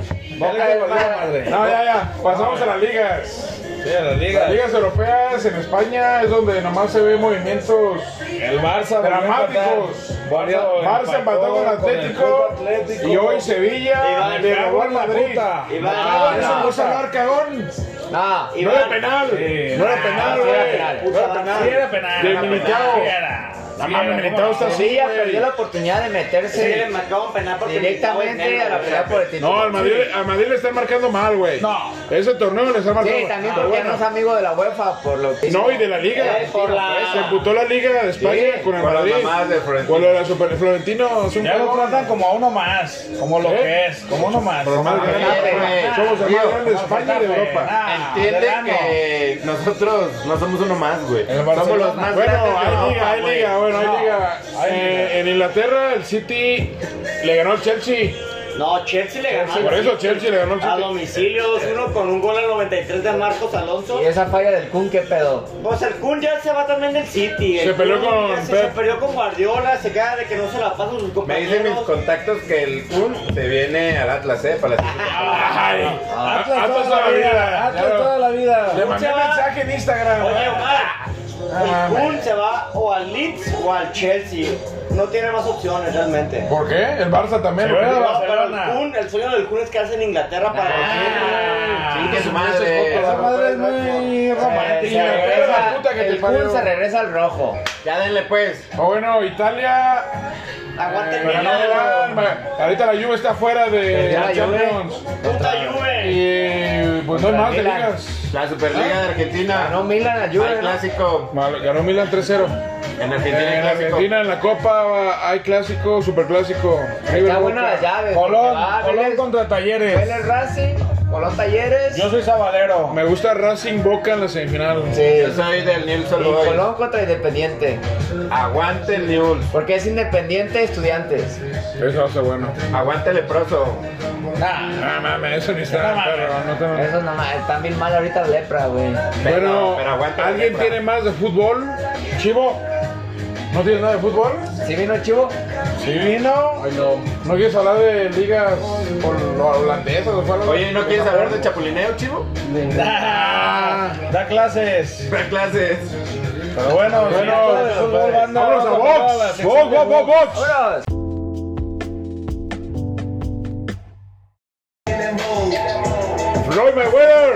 C: Ya
I: Boca
C: le quiero
I: de
C: partir la
I: madre.
C: madre.
D: No, ya, ya. Pasamos a las ligas.
C: Sí, a la Liga.
D: Las ligas europeas en España es donde nomás se ve movimientos.
C: El Barça volvió a
D: Dramáticos.
C: empatar. Volvió,
D: Barça empató con Atlético
C: el Club Atlético.
D: y hoy Sevilla
H: Iván,
D: le
C: Iván,
D: robó al
C: la
D: Madrid.
C: puta.
D: No,
H: Iván,
D: no,
I: Iván,
D: no,
I: puta.
D: hablar, cagón.
I: Ah,
D: No era
H: Iván.
D: penal.
C: Sí.
D: No era penal,
I: Ah, sí era penal.
D: güey. No era
C: Sí era
D: penal.
C: penal.
D: De
C: era penal.
D: Militao.
C: Sí era.
D: La
C: Sí
D: mami
C: era,
D: Militao está
C: ¿cómo no?
I: Sevilla
D: güey.
I: perdió la oportunidad de
H: Sí, le
I: meterse
H: marcaron penal porque
I: directamente a la pelea por el título.
D: No, al Madrid, al Madrid le están marcando mal, güey.
C: No.
D: Ese torneo le está marcando
I: Sí,
F: Ah,
I: también
D: mal.
I: porque
D: Pero
I: no es amigo de la UEFA por lo que
D: bueno. No, y de la liga.
H: Eh, por la-
D: Se emputó la liga de España
I: Sí,
D: con el
F: con las
D: Madrid.
F: mamadas de Florentino.
D: Con lo de la Super Florentino. Es un
C: Ya lo
D: juego.
C: tratan como a uno más, como lo
D: ¿Eh?
C: que es, como uno más.
D: Pero más
C: Como
D: grande,
C: Getafe,
F: güey.
C: ah,
D: Somos el más
F: Tío,
D: grande de España y de
C: Getafe,
D: Europa.
C: ah,
F: Entiende
C: verano.
F: que nosotros no somos uno más, güey.
C: El Barcelona.
F: Somos los más grandes
D: Bueno,
F: de
D: hay liga,
F: Europa,
D: hay
F: güey.
D: liga, bueno, hay
C: No,
D: liga.
C: hay
D: Eh, En Inglaterra, el City le ganó al Chelsea
H: No, Chelsea le ganó. al
D: Por eso Chelsea le ganó al
H: A
D: City.
H: domicilio 2-1 con un gol al 93 de Marcos Alonso.
I: Y esa falla del Kun, ¿qué pedo?
H: Pues el Kun ya se va también del City. El
D: Se peleó
H: Kun
D: con
H: ya se,
D: Pep.
H: se peleó con Guardiola, se queda de que no se la pasa a sus
F: Me dicen mis
H: compañeros.
F: contactos que el Kun se viene al Atlas, ¿eh? Para la
I: Ah,
D: Ay,
C: Atlas
D: Atlas
C: toda la vida. Atlas
D: claro.
C: toda la vida.
D: Le mandé
H: Se va.
D: mensaje en Instagram.
H: Oye, Omar,
D: Ah,
H: el Kun se va o al Leeds o al Chelsea. No tiene más opciones realmente.
D: ¿Por qué? El Barça también.
C: Se va
D: güey.
C: a
H: No, pero el
C: Barcelona. Ah.
H: Kun, el sueño del Kun es quedarse en Inglaterra para
F: que su madre.
C: Esa madre es muy
I: Se
C: romántica.
D: regresa.
C: güey.
D: la puta que te
I: el
D: parió.
I: Kun se regresa al rojo.
F: Ya denle pues.
D: O bueno, Italia.
H: Aguante el
D: Pero no le
H: Milan.
D: dan, ma- Ahorita la Juve está fuera de
E: Ya la
D: Champions.
H: Puta Juve.
D: Y pues no hay más de
I: Milan.
D: ligas.
F: La Superliga de Argentina.
I: No, Milan
F: Hay
I: ayuda. ¿no?
F: clásico.
D: Mal- Ganó Milan 3-0.
F: En Eh, Argentina hay
D: En
F: clásico.
D: Argentina, en la Copa, hay clásico, superclásico.
I: Está
D: River
I: buena
D: Boca.
I: la llave.
C: Colón,
I: Ah,
C: Colón
I: Vélez-
C: contra Talleres.
I: Vélez Racing, Colón Talleres.
C: Yo soy sabalero.
D: Me gusta Racing Boca en la semifinal.
I: Sí.
F: Yo soy del Newell's
I: Y
F: Old Boys.
I: Colón contra Independiente.
F: Aguante el Newell's.
I: Porque es Independiente Estudiantes.
D: Eso va a ser bueno.
F: Aguante el leproso.
D: Ah, mames, eso ni está,
C: mames.
D: perro, no te-
I: Eso nomás, están bien mal ahorita la lepra, güey.
F: Pero-
D: Bueno,
F: pero aguanta
D: ¿alguien
F: la lepra.
D: tiene más de fútbol? Chivo, ¿no tienes nada de fútbol?
I: ¿Sí vino Chivo?
D: Sí, vino. no. quieres hablar de ligas hol- holandesas o algo?
F: Oye, ¿no quieres hablar de chapulineo, chivo?
C: Ah, Da clases.
F: Para clases.
C: Pero bueno,
D: Bueno,
C: sí, todo el fútbol, banda,
D: vámonos a
C: vamos toda la
D: box.
C: sección
D: Box,
C: de
D: box, box,
C: box.
D: box.
I: ¡Vámonos!
D: Floyd Mayweather,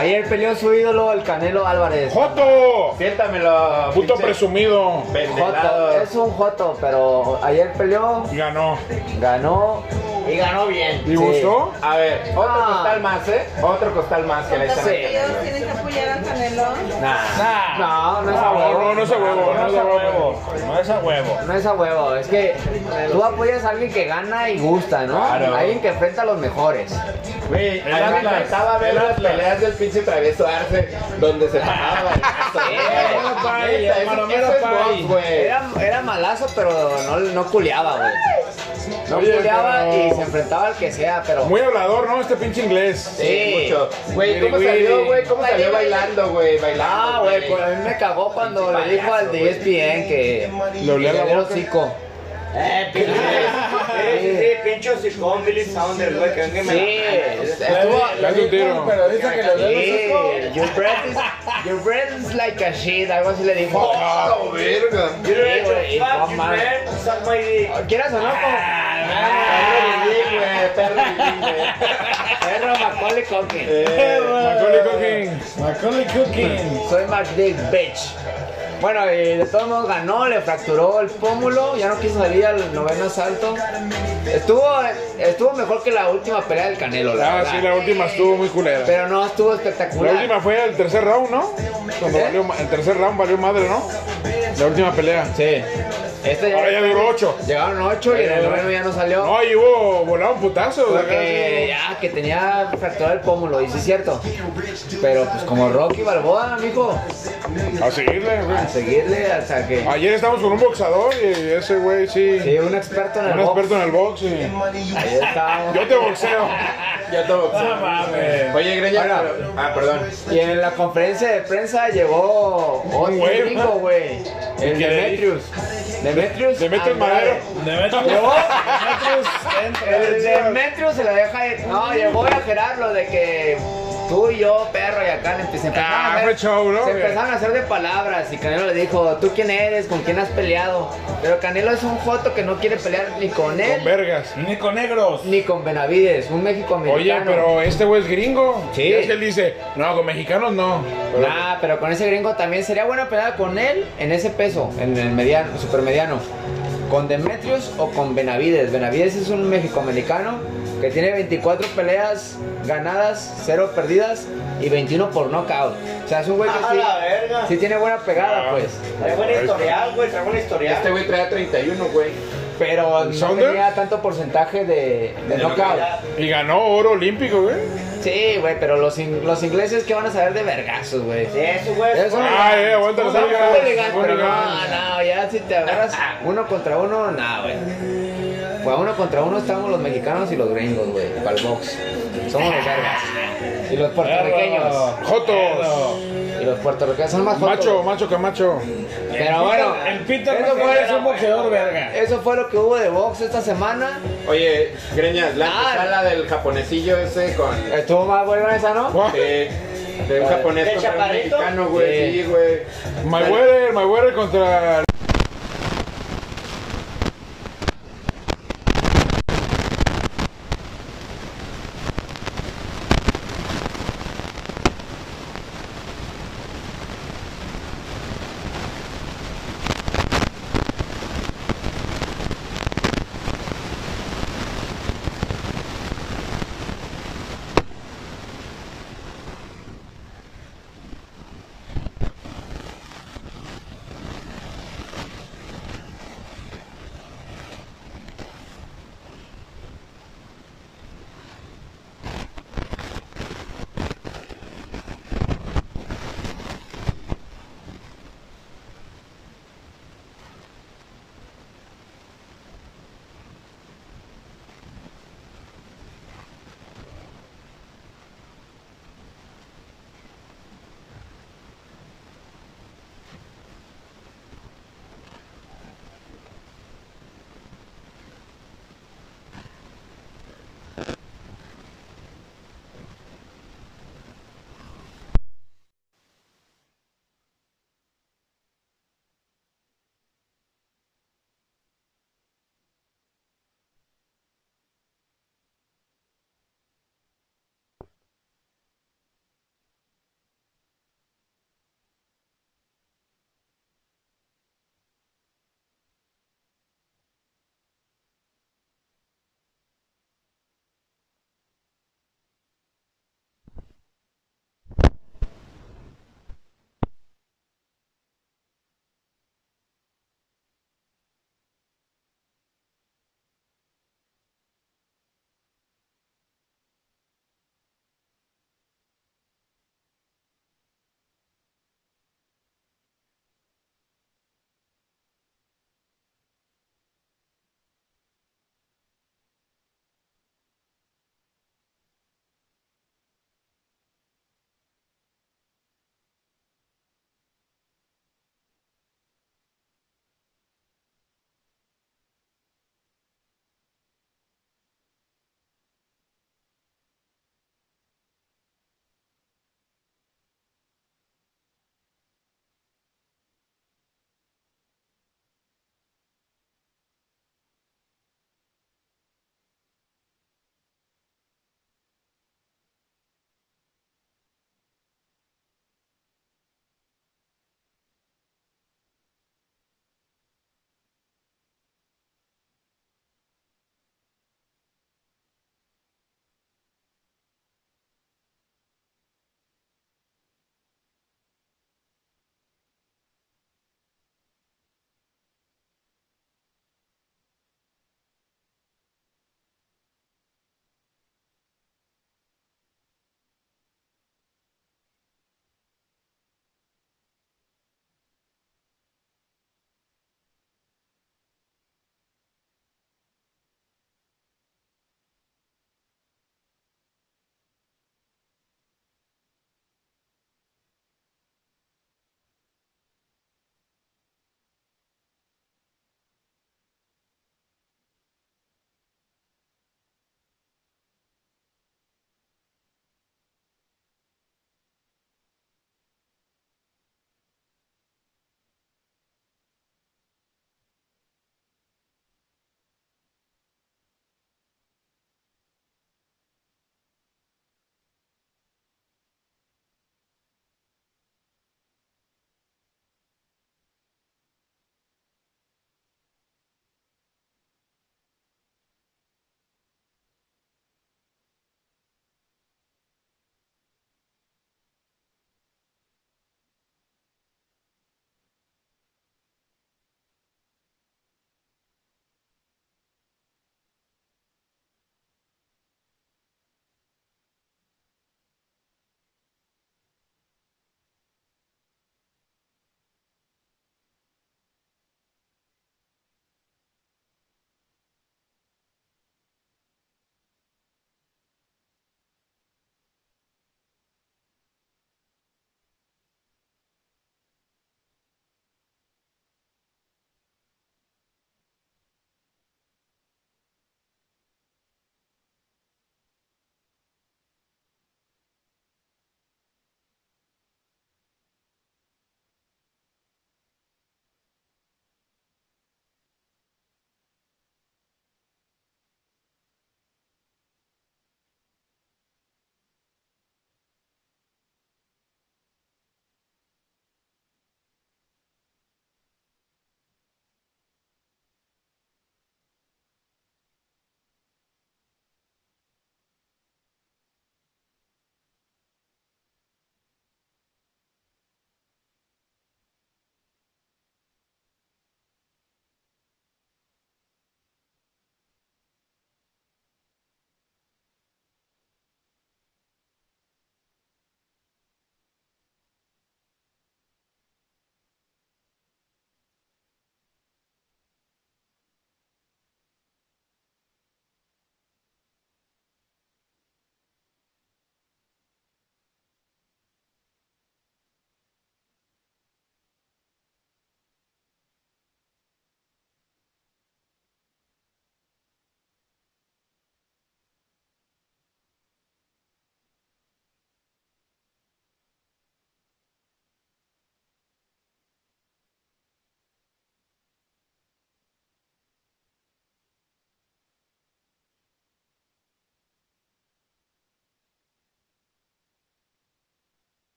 I: Ayer peleó su ídolo, el Canelo Álvarez.
D: Joto,
F: Siéntamelo.
D: puto
F: pinche
D: presumido.
I: Joto,
F: Pendelado.
I: es un Joto, pero ayer peleó,
D: Ganó.
I: ganó.
H: Y ganó bien.
D: ¿Y
I: Sí.
D: gustó?
F: A ver, otro
I: Ah.
F: costal más, ¿eh? Otro costal más que le
G: Entonces,
F: están
G: ellos tienen que apoyar a Canelo.
C: Ah.
I: No, no es a
D: No, no,
I: huevo.
D: no es a huevo, no es a huevo.
C: No es a huevo.
I: No es a huevo, es que tú apoyas a alguien que gana y gusta, ¿no?
F: Claro.
I: Alguien que enfrenta a los mejores.
F: Güey,
D: El
F: a mí me
D: Atlas,
F: encantaba ver
D: el
F: las
D: Atlas.
F: peleas del pinche travieso Arce donde se
I: [LAUGHS]
F: pagaban.
I: Maramero
C: Pai, el Maramero
F: eso es
C: Pai.
F: box, güey.
I: Era, era malazo, pero no, no culeaba, güey. No
D: Oye,
I: culeaba
D: pero-
I: y se enfrentaba al que sea, pero...
D: Muy hablador, ¿no? Este pinche inglés.
F: Sí,
I: Sí.
F: mucho. Güey, ¿cómo
D: Wiri,
F: salió,
D: wiri.
F: güey? ¿Cómo salió bailando, güey? Bailando.
I: Ah, güey, pues a mí me cagó cuando le dijo al de ESPN que
D: Le olía la
I: que era
D: boca.
I: hocico.
H: Eh, pinche. Sí, sí, sí, pinche hocicón, Billy Saunders, güey, que venga y me
I: Sí, estuvo.
D: Le hace un tiro.
C: dice que
I: Sí, your breath is your breath is like a shit, algo así le dijo.
F: [LAUGHS] ¡Oh, verga!
H: You ready to
I: güey,
H: fuck,
I: no
H: you
I: mames.
H: man? Suck my dick. Ah,
I: ¿Quieras o no?
F: Perro
I: Como...
F: bilín, güey, perro bilín, güey.
I: Perro Macaulay Culkin.
H: eh.
D: Macaulay Culkin.
C: Macaulay Cooking.
I: Soy Mac Dick, bitch. Bueno, y de todos modos ganó, le fracturó el pómulo, ya no quiso salir al noveno asalto. Estuvo, estuvo mejor que la última pelea del Canelo, la
D: Ah,
I: verdad.
D: sí, la última estuvo muy culera.
I: Pero no estuvo
D: La
I: espectacular.
D: última fue el tercer round, ¿no? Cuando
I: ¿Eh?
D: valió ma- el tercer round valió madre, ¿no? La última pelea.
I: Sí. Este
D: Ahora ya duró ocho.
I: Llegaron ocho y en el noveno ya no salió.
D: No, y hubo volado un putazo.
I: Porque ya, que tenía fracturado el pómulo, y sí es cierto. Pero pues como Rocky Balboa, mijo,
D: A seguirle, güey.
I: a seguirle hasta que...
D: Ayer estábamos con un boxador y ese güey sí.
I: Sí, un experto en el
D: Un
I: box.
D: experto en el box. y-
I: Ahí estábamos.
D: Yo te boxeo.
F: Ya todo. Oye, Greña,
I: Ahora.
F: pero- Ah, perdón.
I: Y en la conferencia de prensa llegó otro
D: güey.
I: gringo, güey. El
D: ¿Qué?
I: [LAUGHS] Demetrius. Demetrius.
D: Le mete el
I: Andrade.
D: madero.
I: Llegó. El
C: Demetrius.
I: Demetrius se la deja ir. No, llegó a Gerardo de que tú y yo, perro, y acá le empe- se empezaron,
D: Ah,
I: a, hacer,
D: fue show, ¿no?
I: se empezaron a hacer de palabras. Y Canelo le dijo, ¿tú quién eres? ¿Con quién has peleado? Pero Canelo es un joto que no quiere pelear ni con
D: Con
I: él
D: vergas.
C: Nico Negros.
I: ni con Benavides, un México
D: Oye,
I: americano.
D: pero este güey es gringo.
I: Sí.
D: Y es que él dice, no, con mexicanos no. Pero-
I: Nah, pero con ese gringo también sería buena pelear con él en ese peso, en el mediano, supermediano. Con Demetrius o con Benavides. Benavides es un mexicoamericano que tiene 24 peleas ganadas, 0 perdidas y 21 por knockout. O sea, es un güey que
H: [LAUGHS] A
I: sí,
H: la verga.
I: sí tiene buena pegada,
D: Ah.
I: pues.
H: Trae buen historial, güey, trae buen
F: Este
H: historial.
F: güey traía 31, güey.
I: Pero no
D: ¿Saunders?
I: tenía tanto porcentaje de, de knockout.
D: Y ganó oro olímpico, güey.
I: Sí, güey, pero los, in- los ingleses que van a saber de vergazos, güey.
H: Sí, eso, güey.
I: Esos son-
D: Ah, eh, aguanta
I: son
D: las algas,
I: hooligans,
D: son
I: pero no,
D: hooligans.
I: no, ya si te agarras uno contra uno, no, güey. Pues uno contra uno estamos los mexicanos y los gringos, güey, para el box. Somos los vergas. Y los puertorriqueños.
D: Jotos.
I: Y los puertorriqueños son más jotos.
D: Macho, macho camacho.
I: Pero bueno,
C: El Peter
I: eso
C: Macerera
I: fue,
C: es un boxeador verga.
I: eso fue lo que hubo de box esta semana.
F: Oye, Greñas, la
I: Ah.
F: sala del japonesillo ese con.
I: Estuvo más buena esa, ¿no?
F: De, de
I: [LAUGHS]
F: un japonés
H: ¿Del
F: contra un
H: chaparrito?
F: mexicano, güey.
I: Sí.
F: Sí, güey.
D: Mayweather, Mayweather contra.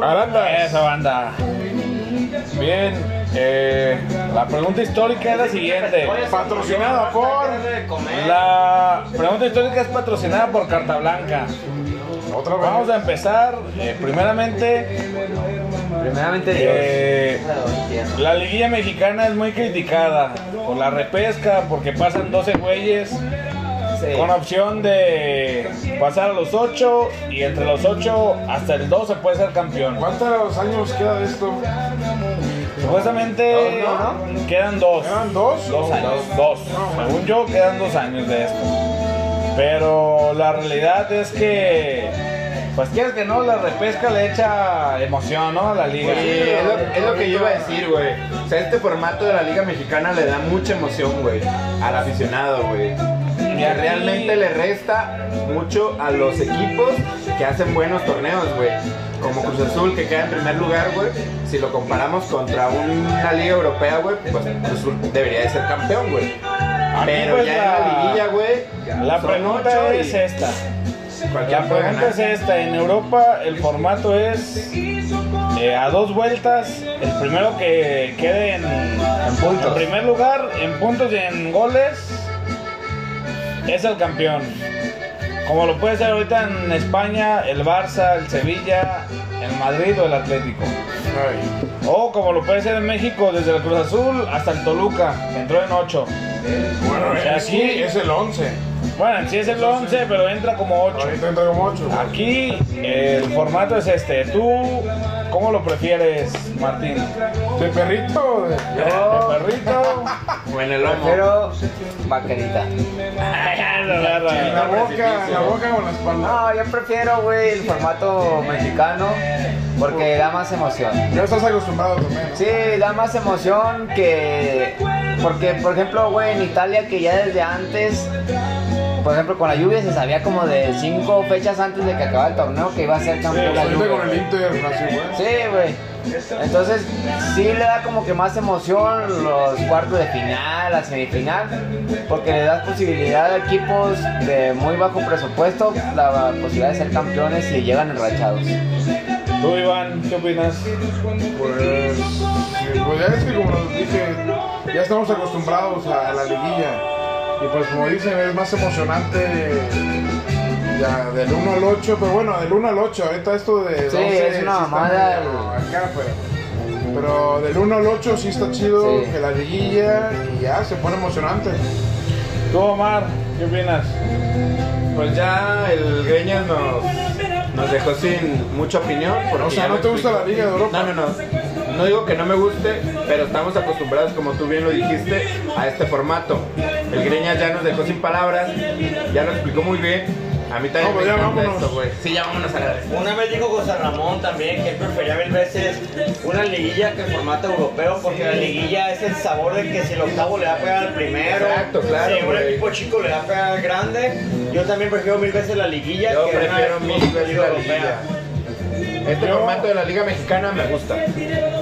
D: banda.
C: Esa banda. Bien, eh, la pregunta histórica es la siguiente. Patrocinado por. La pregunta histórica es patrocinada por Carta Blanca.
D: Otra vez.
C: Vamos a empezar, eh, primeramente,
I: Primeramente
C: eh, la liguilla mexicana es muy criticada por la repesca, porque pasan 12 güeyes con opción de pasar a los 8 y entre los 8 hasta el 12 puede ser campeón.
D: ¿Cuántos años queda de esto?
C: Supuestamente
D: No,
C: quedan dos.
D: ¿Quedan dos?
C: Dos
D: No,
C: años. Dos.
D: No.
C: Según yo, quedan dos años de esto. Pero la realidad es que, pues quieres que no, la repesca le echa emoción, ¿no? A la liga.
F: Sí, es lo, es lo que yo iba a decir, güey. O sea, este formato de la Liga Mexicana le da mucha emoción, güey, al aficionado, güey. Que realmente le resta mucho a los equipos que hacen buenos torneos, güey. Como Cruz Azul, que queda en primer lugar, güey. Si lo comparamos contra una liga europea, güey, pues Cruz Azul debería de ser campeón, güey.
C: mí,
F: Pero
C: pues,
F: ya
C: la-
F: en la liguilla, güey.
C: La
F: son
C: pregunta
F: ocho y
C: es esta.
F: cualquiera
C: La
F: puede
C: pregunta es
F: ganar.
C: esta. En Europa el formato es eh, a dos vueltas. El primero que quede en,
I: puntos.
C: en primer lugar, en puntos y en goles, es el campeón. Como lo puede ser ahorita en España, el Barça, el Sevilla, el Madrid o el Atlético.
D: Ay,
C: O como lo puede ser en México, desde el Cruz Azul hasta el Toluca, que entró en 8.
D: Bueno,
C: O sea,
D: aquí
C: aquí-
D: es el 11.
C: Bueno, en sí es el 11, pero entra como 8.
D: Ahorita entra como 8.
C: Aquí eh, el formato es este. ¿Tú cómo lo prefieres, Martín?
D: ¿De perrito? o de-
C: ¿De perrito?
F: O en el lomo.
I: Pero vaquerita.
D: ¿En la boca? ¿En la boca o en la espalda?
I: No, yo prefiero, güey, el formato mexicano porque da más emoción.
D: Ya estás acostumbrado también. ¿no?
I: Sí, da más emoción que... Porque, por ejemplo, güey, en Italia que ya desde antes, por ejemplo, con la lluvia se sabía como de cinco fechas antes de que acabara el torneo que iba a ser campeón la
D: Ahorita
I: Juve,
D: con el Inter, así, güey.
I: Sí, güey. Entonces, sí le da como que más emoción los cuartos de final, la semifinal, porque le das posibilidad a equipos de muy bajo presupuesto la posibilidad de ser campeones y llegan enrachados.
C: Tú, Iván, ¿qué opinas?
D: Pues, sí, pues ya es que como les dije, ya estamos acostumbrados a la liguilla. Y pues como dicen, es más emocionante ya del 1 al 8, pero bueno, del 1 al 8, ahorita esto de...
I: Sí,
D: 12
I: es una
D: está
I: mamada
D: medio acá, pero, pero del 1 al 8 sí está chido,
I: Sí.
D: que la liguilla y ya se pone emocionante.
C: Tú, Omar, ¿qué opinas?
F: Pues ya el Greñas nos, nos dejó sin mucha opinión. porque
D: O sea,
F: ya
D: ¿no
F: lo
D: te gusta
F: explicó.
D: la Liga de Europa?
F: No, no, no. No digo que no me guste, pero estamos acostumbrados, como tú bien lo dijiste, a este formato. El Greñas ya nos dejó sin palabras, ya lo explicó muy bien. A mí también
D: No, pues
F: me
D: ya
F: encanta
D: vámonos.
F: esto, güey. Sí, ya vámonos a la vez.
H: Una vez dijo José Ramón también que él prefería mil veces una liguilla que el formato europeo porque la liguilla es el sabor de que si el octavo le va a pegar al primero,
F: Exacto, claro,
H: si un
F: güey.
H: equipo chico le va a pegar al grande, yo también prefiero mil veces la liguilla
F: Yo
H: que una
F: prefiero mil veces la
H: liga
F: liguilla. Este
C: Yo-
F: formato de la Liga Mexicana me gusta.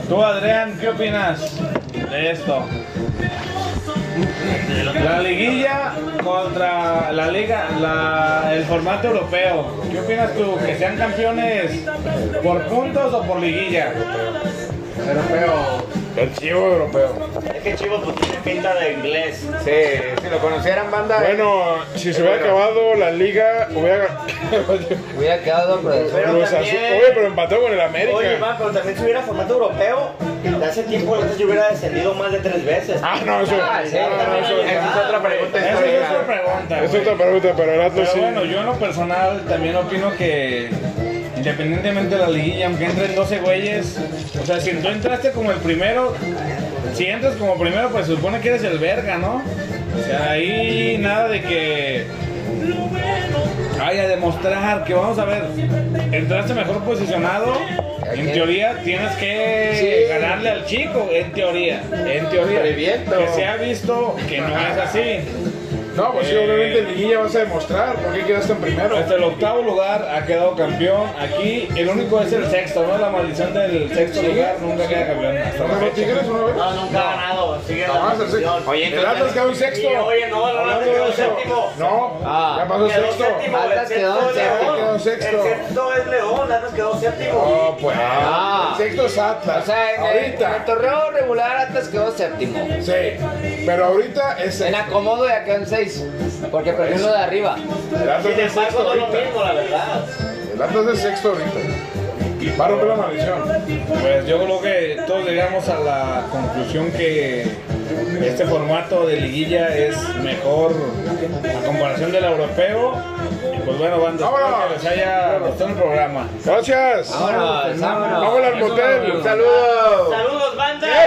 C: Tú, Adrián, ¿qué opinas de esto? La liguilla contra la liga, la- el formato europeo. ¿Qué opinas tú? ¿Que sean campeones por puntos o por liguilla?
D: Europeo. El chivo europeo.
H: Es que Chivas pues tiene pinta de inglés.
F: Sí, si lo conocieran, banda.
D: Bueno, si se hubiera
F: Bueno.
D: acabado la liga, hubiera... [LAUGHS]
I: Hubiera quedado con el
H: Pero
D: Cruz Azul.
H: también-
D: Oye, pero empató con el América.
H: Oye, Iván, pero también si hubiera formato europeo, de hace tiempo antes yo hubiera descendido más de tres veces.
D: Ah, no, eso.
H: Ah, sí,
D: no, no,
H: también
D: eso-
H: hay-
F: Esa es otra pregunta
C: Esa es otra
F: histórica.
C: pregunta.
D: Es
C: güey.
D: otra pregunta, pero el Atlas
C: Pero
D: sí.
C: bueno, yo en lo personal también opino que independientemente de la liguilla, aunque entren 12 güeyes, o sea, si tú entraste como el primero, si entras como primero, pues se supone que eres el verga, ¿no? O sea, ahí nada de que vaya a demostrar que vamos a ver, entraste mejor posicionado. En teoría tienes que
F: Sí.
C: ganarle al chico, en teoría, en teoría.
F: Reviento.
C: Que se ha visto que no es así.
D: No, pues sí, obviamente en liguilla vas a demostrar por qué quedaste en primero.
C: Hasta el octavo lugar ha quedado campeón. Aquí el único es el sexto, ¿no? La maldición del sexto lugar nunca queda campeón. Hasta la
D: ¿No
C: fecha.
D: Tigres una vez?
H: No, nunca ha ganado. Sigue
D: No,
H: la
D: más el sexto.
H: maldición. Oye,
D: el Atlas quedó en sexto.
H: Sí, oye, no, el Atlas
D: Hablando de
H: quedó en
D: eso,
H: séptimo.
D: No,
I: Ah.
D: ya pasó
H: quedó
D: sexto.
H: séptimo, el
I: Atlas quedó
H: sexto es
I: séptimo.
H: León.
D: Quedó sexto.
H: El sexto es León, Atlas quedó séptimo.
D: No, pues.
I: Ah.
D: El sexto es Atlas.
I: O sea, en el, en el
D: ahorita.
I: torneo regular Atlas quedó séptimo.
D: Sí. Pero ahorita es
I: En
D: sexto.
I: acomodo ya quedó en seis, porque perdió uno de arriba.
D: El Atlas
H: Sin
D: es
H: embargo,
D: sexto
H: no es lo
D: ahorita.
H: mismo, la verdad.
D: El Atlas es sexto ahorita. Va a romper la maldición.
C: Pues yo creo que todos llegamos a la conclusión que este formato de liguilla es mejor a comparación del europeo. Y pues bueno, banda, espero que les haya gustado el programa.
D: Gracias.
I: Vámonos, vámonos.
D: Vámonos al motel.
H: Saludos, banda.